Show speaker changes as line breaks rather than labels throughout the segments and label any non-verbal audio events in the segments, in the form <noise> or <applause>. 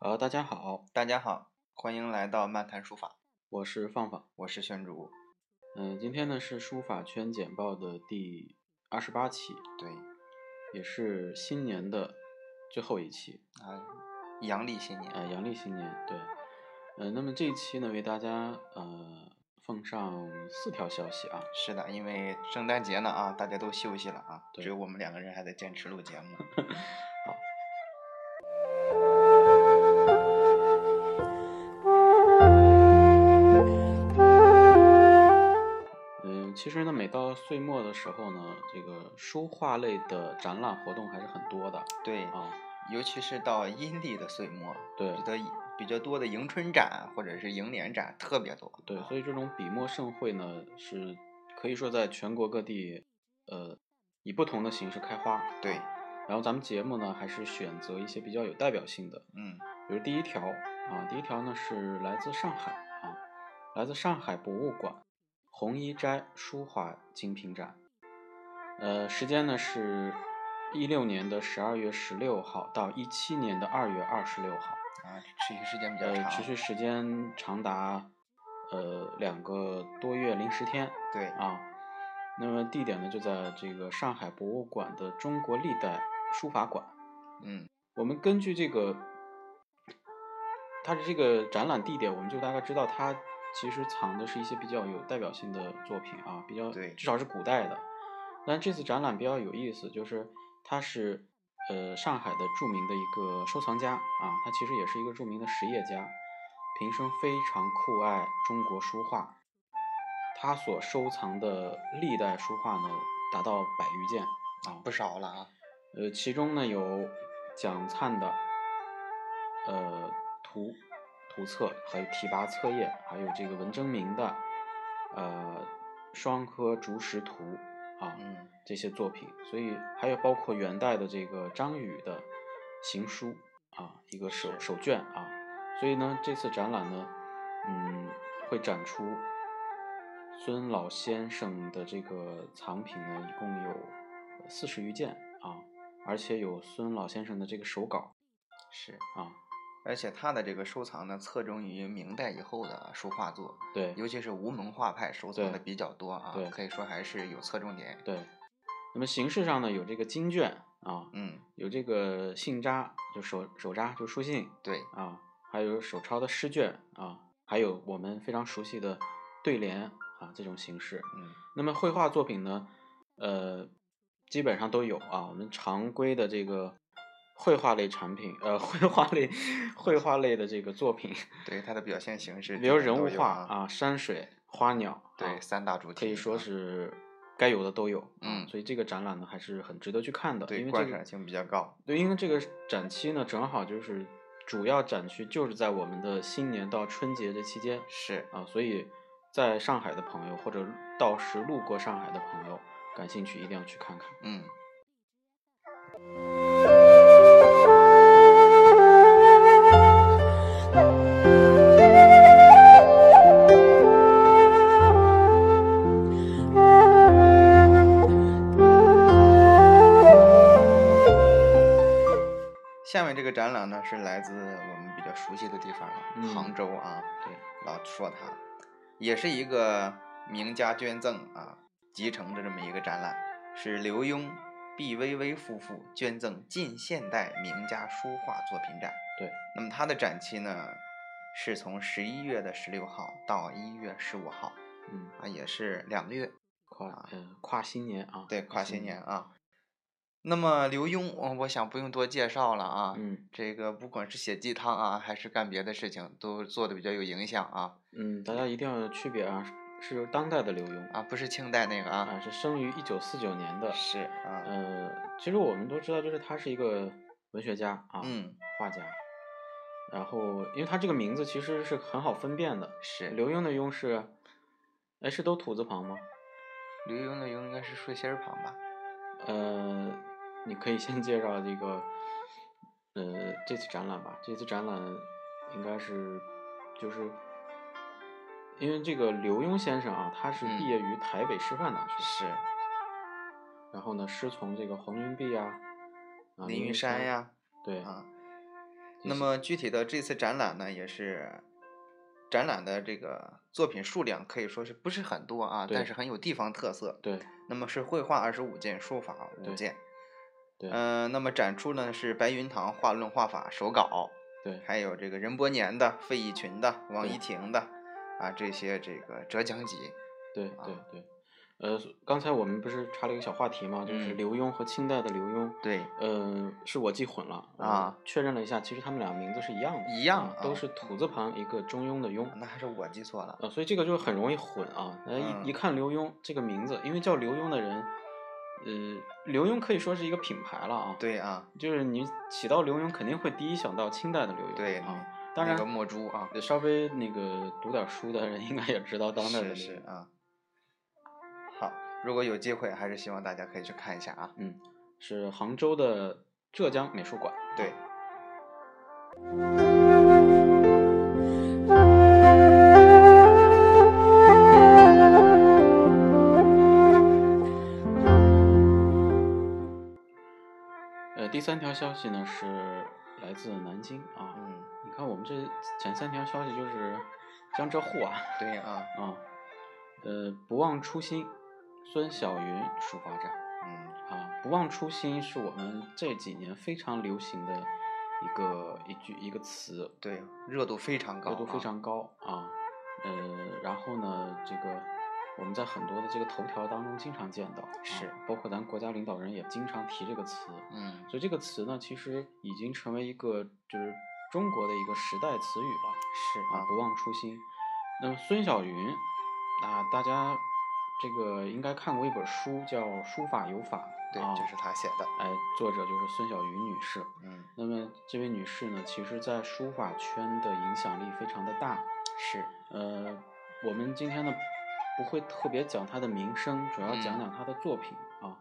呃
家好，欢迎来到漫谈书法，
我是放放。
我是宣主。
嗯、今天呢是书法圈简报的第二十八期，
对，
也是新年的最后一期，
啊，阳历新年，
呃，阳历新年。对，呃，那么这一期呢，为大家呃奉上四条消息啊。
是的，因为圣诞节呢啊，大家都休息了啊，
对
只有我们两个人还在坚持录节目。
<laughs> 嗯、其实呢，每到岁末的时候呢，这个书画类的展览活动还是很多的
对，
啊。
尤其是到阴历的岁末，
对
比较比较多的迎春展或者是迎年展特别多。
对，
啊
所以这种笔墨盛会呢，是可以说在全国各地，呃，以不同的形式开花。
对，
然后咱们节目呢，还是选择一些比较有代表性的，
嗯，
比如第一条啊，第一条呢是来自上海啊，来自上海博物馆红衣斋书画精品展，呃，时间呢是一六年的十二月十六号到一七年的二月二十六号，
啊，持续时间比较
呃，
长。
持续时间长达呃两个多月零十天
对，
啊。那么地点呢就在这个上海博物馆的中国历代书法馆。
嗯，
我们根据这个它的这个展览地点，我们就大概知道它其实藏的是一些比较有代表性的作品啊，比较
对
至少是古代的。但这次展览比较有意思，就是它是呃上海的著名的一个收藏家啊，他其实也是一个著名的实业家，平生非常酷爱中国书画，他所收藏的历代书画呢达到百余件啊，
不少了啊。
呃，其中呢有蒋灿的，呃图图册，还有题跋册页，还有这个文征明的，呃双柯竹石图啊
嗯，
这些作品，所以还有包括元代的这个张宇的行书啊一个手
是
手卷啊，所以呢这次展览呢，嗯会展出孙老先生的这个藏品呢，一共有四十余件啊，而且有孙老先生的这个手稿
是。
啊，
而且他的这个收藏呢，侧重于明代以后的书画作，
对
尤其是吴门画派收藏
对
的比较多啊
对，
可以说还是有侧重点。
对。那么形式上呢，有这个经卷啊，
嗯，
有这个信札，就手手札就书信
对，
啊，还有手抄的诗卷啊，还有我们非常熟悉的对联啊这种形式。
嗯，
那么绘画作品呢，呃，基本上都有啊。我们常规的这个绘画类产品，呃，绘画类 <laughs> 绘画类的这个作品，
对，他的表现形式，
比如人物
有
画
啊，
啊、山水、花鸟，啊
对，三大主题
可以说
啊
是该有的都有。啊
嗯
所以这个展览呢，还是很值得去看的，
对
因为
观
这个
赏性比较高。
对，因为这个展期呢，正好就是主要展区就是在我们的新年到春节这期间，
是，
啊，所以在上海的朋友或者到时路过上海的朋友，感兴趣一定要去看看。
嗯，下面这个展览呢，是来自我们比较熟悉的地方了，
嗯
杭州啊，
对，
老说它，也是一个名家捐赠啊集成的这么一个展览，是刘墉、毕薇薇夫妇捐赠近现代名家书画作品展。
对，
那么它的展期呢，是从十一月的十六号到一月十五号
嗯，
啊，也是两个月，
跨
啊
呃跨新年啊，
对，跨新年，啊。那么刘墉，我我想不用多介绍了啊，
嗯
这个不管是写鸡汤啊，还是干别的事情，都做的比较有影响啊
嗯，大家一定要有区别啊，是是当代的刘墉
啊，不是清代那个
啊，是生于一九四九年的，
是啊，
呃，其实我们都知道，就是他是一个文学家啊，
嗯，
画家，然后因为他这个名字其实是很好分辨的，
是刘
刘墉的墉是，哎，是都土字旁吗？
刘墉的墉应该是竖心儿旁吧？
呃，你可以先 <laughs> 介绍这个，呃，这次展览吧。这次展览应该是就是，因为这个刘墉先生啊，他是
嗯
毕业于台北师范大
是
学，然后呢，师从这个黄云碧啊、啊
林
云
玉山呀，
对，
啊，那么具体的这次展览呢，也是展览的这个作品数量可以说是不是很多啊，
对
但是很有地方特色。
对
那么是绘画二十五件，书法五
对
件。
对
呃，那么展出呢是白云堂画论画法手稿，
对
还有这个任伯年的、费祎群的、王
对
一婷的啊这些这个折讲集。
对
啊
对对，呃，刚才我们不是插了一个小话题嘛，就是
嗯
刘墉和清代的刘墉，
对，
呃，是我记混了我
啊
确认了一下，其实他们俩名字是一样的，
一样
啊
啊嗯
都是土字旁一个中庸的庸，
那还是我记错了。
呃，所以这个就很容易混啊。那
嗯
一一看刘墉这个名字，因为叫刘墉的人，呃，刘墉可以说是一个品牌了啊。，
对啊，
就是你起到刘墉，肯定会第一想到清代的刘墉。
对
啊，当然
那个，墨珠啊，
呃稍微那个读点书的人应该也知道当代的
是是
刘墉。
啊。好，如果有机会，还是希望大家可以去看一下啊。
嗯，是杭州的浙江美术馆。
对，
呃，第三条消息呢是来自南京啊。
嗯，
你看我们这前三条消息就是江浙沪啊。
对啊，
啊，呃，不忘初心，孙晓云书画展
嗯，
啊，不忘初心是我们这几年非常流行的一个一句一个词，
对，热度非常高、
热
啊，
度非常高啊，呃，然后呢，这个我们在很多的这个头条当中经常见到，啊
是，
包括咱国家领导人也经常提这个词，
嗯，
所以这个词呢，其实已经成为一个就是中国的一个时代词语了。
是
啊，
啊，
不忘初心。那么孙晓云，啊，大家这个应该看过一本书叫《书法有法》，
对，
啊，
这是他写的，
哎，作者就是孙晓云女士。
嗯，
那么这位女士呢，其实在书法圈的影响力非常的大。
是，
呃，我们今天呢不会特别讲她的名声，主要讲
嗯
讲她的作品、啊。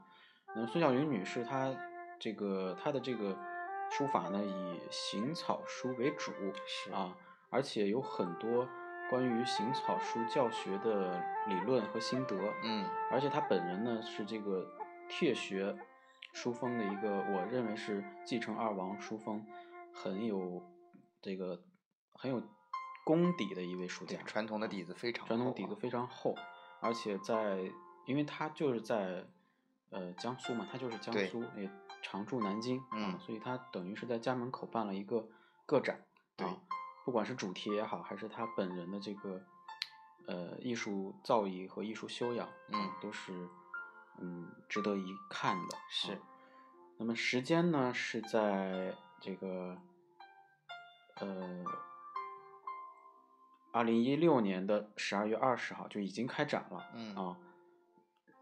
那孙晓云女士她这个她的这个书法呢，以行草书为主，
是，
啊，而且有很多关于行草书教学的理论和心得。
嗯，
而且他本人呢是这个帖学书风的一个，我认为是继承二王书风很有这个很有功底的一位书
对
家，，
传统的底子非常
传
厚
统
啊
底子非常厚，而且在因为他就是在呃江苏嘛，他就是江
对
苏，也常驻南京，啊
嗯，
所以他等于是在家门口办了一个个展，
对
啊，不管是主题也好，还是他本人的这个呃艺术造诣和艺术修养，啊
嗯
都是嗯值得一看的，
是
啊那么时间呢是在这个呃二零一六年的十二月二十号就已经开展了
嗯，
啊，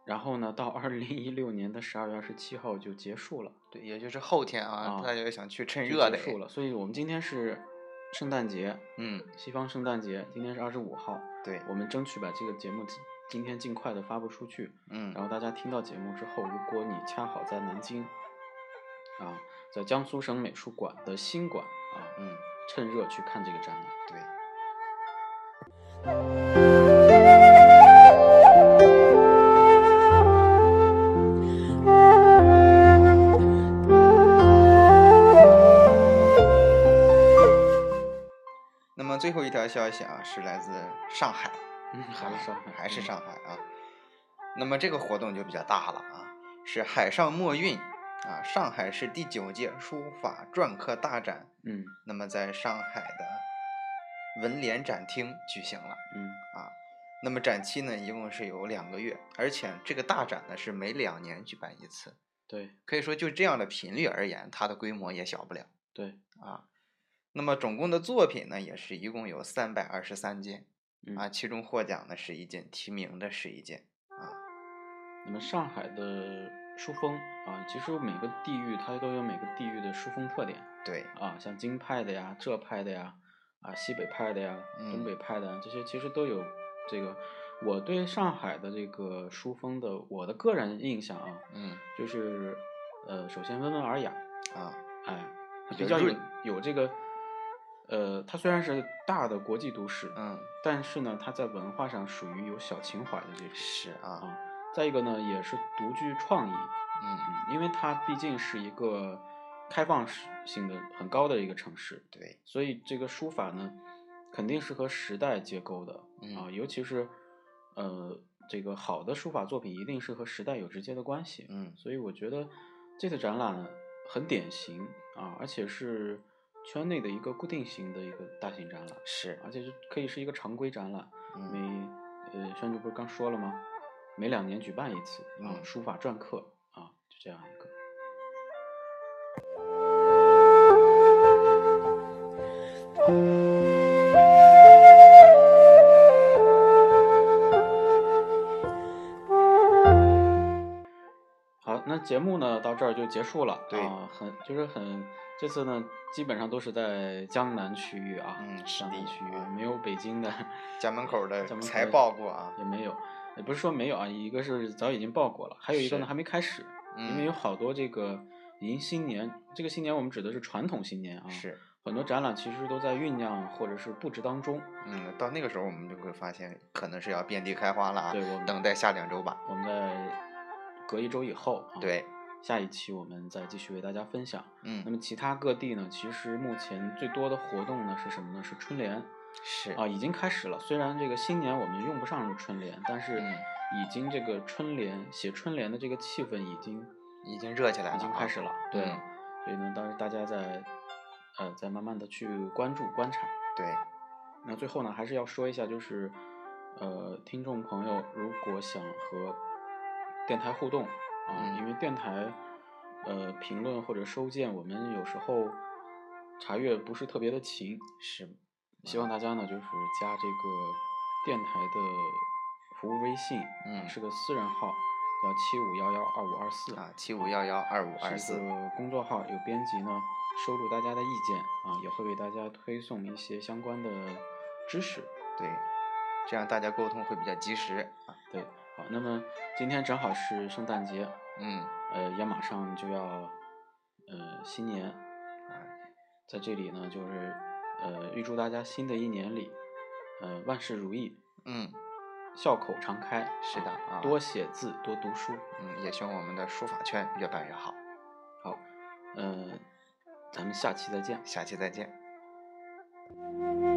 然后呢到二零一六年的十二月二十七号就结束了，
对，也就是后天啊，
啊
大家想去趁
就
热的，
结束了。所以我们今天是圣诞节，
嗯，
西方圣诞节，今天是二十五号，
对，
我们争取把这个节目今今天尽快的发布出去。
嗯
然，后大家听到节目之后，如果你恰好在南京，啊，在江苏省美术馆的新馆啊，
嗯，
趁热去看这个展览。
对，那么最后一条消息啊，是来自上海，
嗯，还是上海，
还是
嗯
上海啊。那么这个活动就比较大了啊，是海上墨韵啊，上海市第九届书法篆刻大展，
嗯
那么在上海的文联展厅举行了。
嗯
那么展期呢，一共是有两个月，而且这个大展呢是每两年举办一次，
对
可以说就这样的频率而言，它的规模也小不了
对，
啊。那么总共的作品呢，也是一共有三百二十三件
嗯
啊，其中获奖的是一件，提名的是一件啊，
那么上海的书风啊，其实每个地域它都有每个地域的书风特点
对，
啊，像京派的呀、浙派的呀、啊西北派的呀、
嗯
东北派的啊呀，这些其实都有这个。我对上海的这个书风的我的个人印象啊，
嗯
就是呃，首先温文尔雅，
啊，
哎，它
有
比较有
润
有这个呃，它虽然是大的国际都市，
嗯
但是呢，它在文化上属于有小情怀的这种。
是啊，
啊，再一个呢，也是独具创意，
嗯
嗯，因为它毕竟是一个开放性的很高的一个城市，
对，
所以这个书法呢，肯定是和时代接钩的
嗯
啊，尤其是呃这个好的书法作品一定是和时代有直接的关系，
嗯
所以我觉得这次展览很典型啊，而且是圈内的一个固定型的一个大型展览，
是，
而且是可以是一个常规展览，每
嗯
呃宣主不是刚说了吗？每两年举办一次啊，
嗯
书法篆刻啊，就这样一个。好，那节目呢到这儿就结束了。
对
啊，很就是很这次呢，基本上都是在江南区域啊，
嗯是
江南
的
区域没有北京的， <laughs>
家门口的
咱们
才
可以
报过啊，
也没有，也不是说没有啊，一个是早已经报过了，还有一个
是
呢还没开始，因为有
嗯
好多这个迎新年，这个新年我们指的是传统新年啊，
是，
很多展览其实都在酝酿或者是布置当中，
嗯，到那个时候我们就会发现，可能是要遍地开花了啊
对，我们
等待下两周吧。
我们在隔一周以后啊，，
对，
下一期我们再继续为大家分享。那
嗯，
么其他各地呢，其实目前最多的活动呢是什么呢？是春联
是，
啊，已经开始了。虽然这个新年我们用不上春联，但是
嗯
已经这个春联写春联的这个气氛已经。
已经热起来了，
已经开始，了，对，
嗯
所以呢，当时大家在呃在慢慢的去关注观察。
对，
那最后呢，还是要说一下，就是呃，听众朋友如果想和电台互动啊、
嗯
因为电台呃评论或者收件，我们有时候查阅不是特别的勤，
是，嗯
希望大家呢就是加这个电台的服务微信，
嗯
是个私人号，叫七五幺幺二五二四
啊，七五幺幺二五二
是一
四，
个公众号，有编辑呢收录大家的意见啊，也会给大家推送一些相关的知识。
对，这样大家沟通会比较及时啊，
对，好，那么今天正好是圣诞节，
嗯，
呃，也马上就要呃新年，啊在这里呢就是呃预祝大家新的一年里呃万事如意，
嗯
笑口常开。
是的啊
多写字，多读书。
嗯，也希望我们的书法圈越办越好，
好，呃，咱们下期再见。
下期再见。
Thank you.